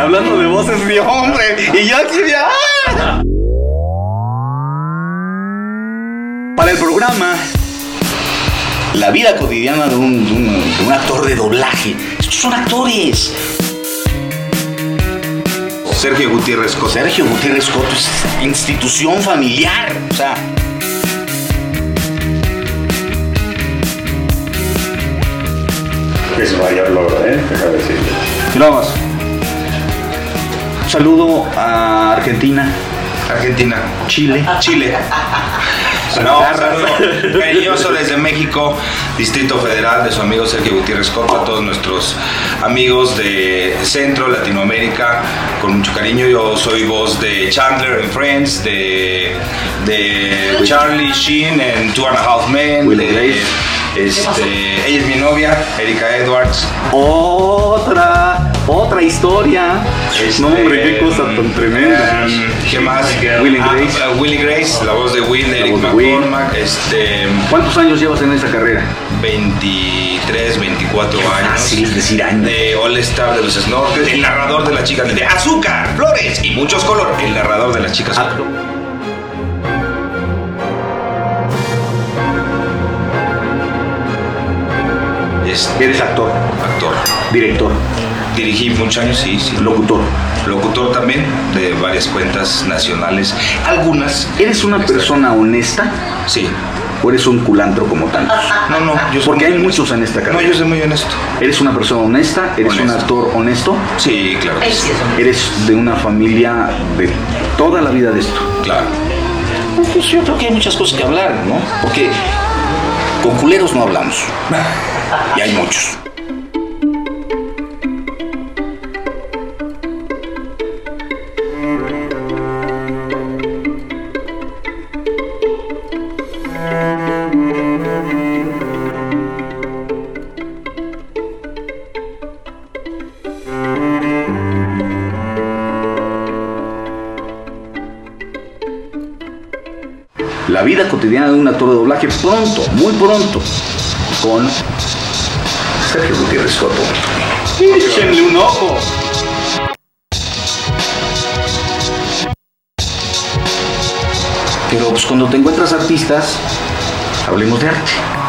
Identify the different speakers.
Speaker 1: hablando de voces de hombre. Y yo aquí de. ¡ah! Para el programa. La vida cotidiana de un, de un- de un actor de doblaje. Estos son actores.
Speaker 2: Sergio Gutiérrez Costa.
Speaker 1: Sergio Gutiérrez Coto es institución familiar. O sea,
Speaker 3: Es mayor logro, ¿eh? Déjame decirlo.
Speaker 1: Vamos. Saludo a Argentina,
Speaker 2: Argentina.
Speaker 1: Chile.
Speaker 2: Chile. No, un saludo cariñoso desde México, Distrito Federal, de su amigo Sergio Gutiérrez Copa, a todos nuestros amigos de Centro, Latinoamérica, con mucho cariño. Yo soy voz de Chandler en Friends, de, de Charlie Sheen en Two and a Half Men,
Speaker 1: Will
Speaker 2: de,
Speaker 1: Grace.
Speaker 2: este, ella es mi novia, Erika Edwards.
Speaker 1: Otra, otra historia.
Speaker 2: Este, mm,
Speaker 1: no, hombre, qué cosa tan tremenda.
Speaker 2: em, ¿Qué más?
Speaker 1: Will and
Speaker 2: Ah,
Speaker 1: Grace.
Speaker 2: eh, Will and Grace, la voz de Will, de Eric
Speaker 1: voz de Will.
Speaker 2: McCormack, este,
Speaker 1: ¿Cuántos años llevas en esa carrera?
Speaker 2: 23, 24
Speaker 1: Ah,
Speaker 2: años.
Speaker 1: es decir años.
Speaker 2: De All Star de los Snorkels, el narrador de las chicas de azúcar, flores y muchos colores. El narrador de las chicas.
Speaker 1: Ah,
Speaker 2: Es
Speaker 1: Eres actor,
Speaker 2: este, actor.
Speaker 1: director,
Speaker 2: Dirigí muchos años, sí, sí.
Speaker 1: locutor.
Speaker 2: Locutor también de varias cuentas nacionales. Algunas. Este,
Speaker 1: ¿Eres una persona honesta
Speaker 2: Sí.
Speaker 1: o eres un culantro como tantos?
Speaker 2: No, no, yo soy
Speaker 1: Porque
Speaker 2: muy
Speaker 1: hay
Speaker 2: honesto.
Speaker 1: muchos en esta
Speaker 2: No,
Speaker 1: carrera.
Speaker 2: yo soy muy honesto.
Speaker 1: ¿Eres una persona honesta? ¿Eres un
Speaker 2: Honesto.
Speaker 1: actor honesto?
Speaker 2: Sí, claro. que sí.
Speaker 1: ¿Eres de una familia de toda la vida de esto?
Speaker 2: Claro.
Speaker 1: Pues yo creo que hay muchas cosas que hablar, ¿no? Porque con culeros no hablamos. Y hay muchos. La vida cotidiana de un actor de doblaje pronto, muy pronto, con Sergio Gutiérrez Coto. Échenle un ojo. Pero pues cuando te encuentras artistas, hablemos de arte.